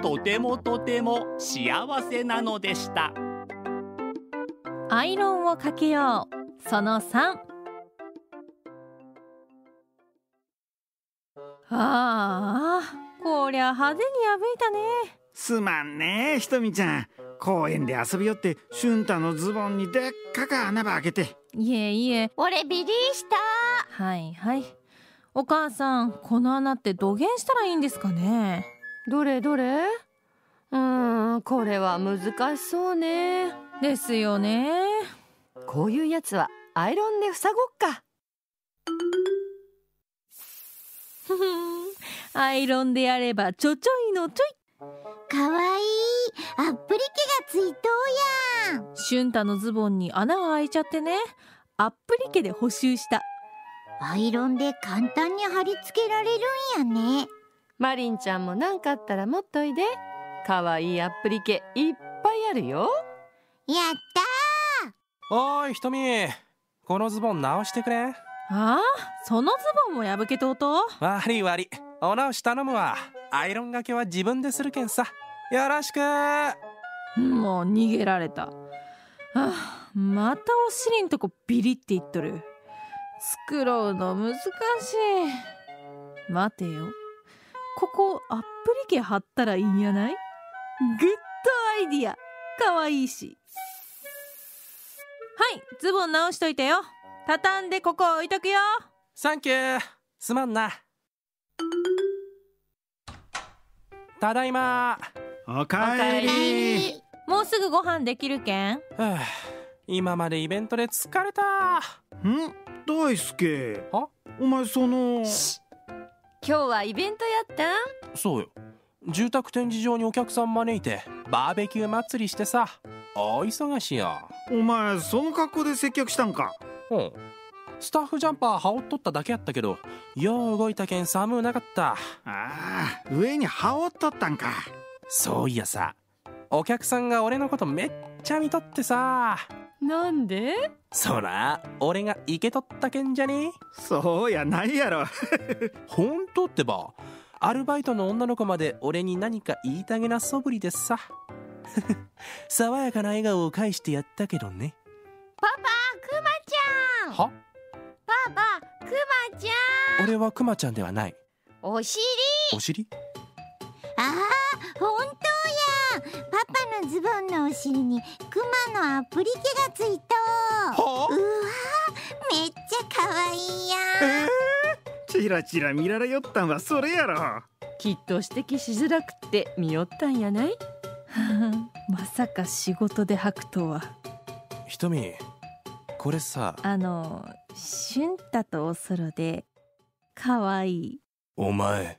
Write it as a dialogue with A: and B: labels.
A: とてもとても幸せなのでした
B: アイロンをかけようその3ああこりゃ派手に破いたね
C: すまんねえひとみちゃん公園で遊びよってシュンタのズボンにでっかく穴ば開けて
B: いえいえ
D: 俺ビリーした
B: はいはいお母さんこの穴ってどげんしたらいいんですかね
E: どれどれうーんこれは難しそうね
B: ですよね
E: こういうやつはアイロンで塞ごっか
B: ふふんアイロンでやればちょちょいのちょい
D: かわいいアップリケがついとうやん
B: シュンタのズボンに穴が開いちゃってねアップリケで補修した
D: アイロンで簡単に貼り付けられるんやね
E: マリンちゃんもなんかあったら持っといでかわいいアップリケいっぱいあるよ
D: やった
F: おーいひとみこのズボン直してくれ
B: ああそのズボンも破けとうと
F: 悪い悪いお直し頼むわアイロンがけは自分でするけんさよろしく
B: もう逃げられたああまたお尻んとこビリっていっとる作ろうの難しい待てよここアップリケ貼ったらいいんやないグッドアイディアかわいいしはいズボン直しといてよ畳んでここ置いとくよ
F: サンキューすまんなただいま
C: おかえり
D: ー
B: もうすぐご飯できるけん
F: ふう今までイベントで疲れた
C: ん大輔
F: は
C: お前その
E: 今日はイベントやったん
F: そうよ住宅展示場にお客さん招いてバーベキュー祭りしてさ大忙しよ
C: お前その格好で接客したんか
F: うんスタッフジャンパー羽織っとっただけやったけどよう動いたけん寒うなかった
C: ああ上に羽織っとったんか
F: そういやさお客さんが俺のことめっちゃ見とってさ
E: なんで
F: そら俺がイケとったけんじゃね
C: そうやないやろ
F: ほんとってばアルバイトの女の子まで俺に何か言いたげな素振りで さ爽やかな笑顔を返してやったけどね
D: パパクマちゃん
F: は
D: パパクマちゃ
F: 俺はクマちゃんではない
D: んお尻
F: お尻
D: あー本当やパパのズボンのお尻にクマのアプリケがついとう
C: は
D: うわーめっちゃかわいいやん
C: チラチラ見られよったんはそれやろ
E: きっと指摘しづらくって見よったんやない
B: まさか仕事で履くとは
F: ひとみこれさ
B: あのシュンタとおそろで可愛い
F: お前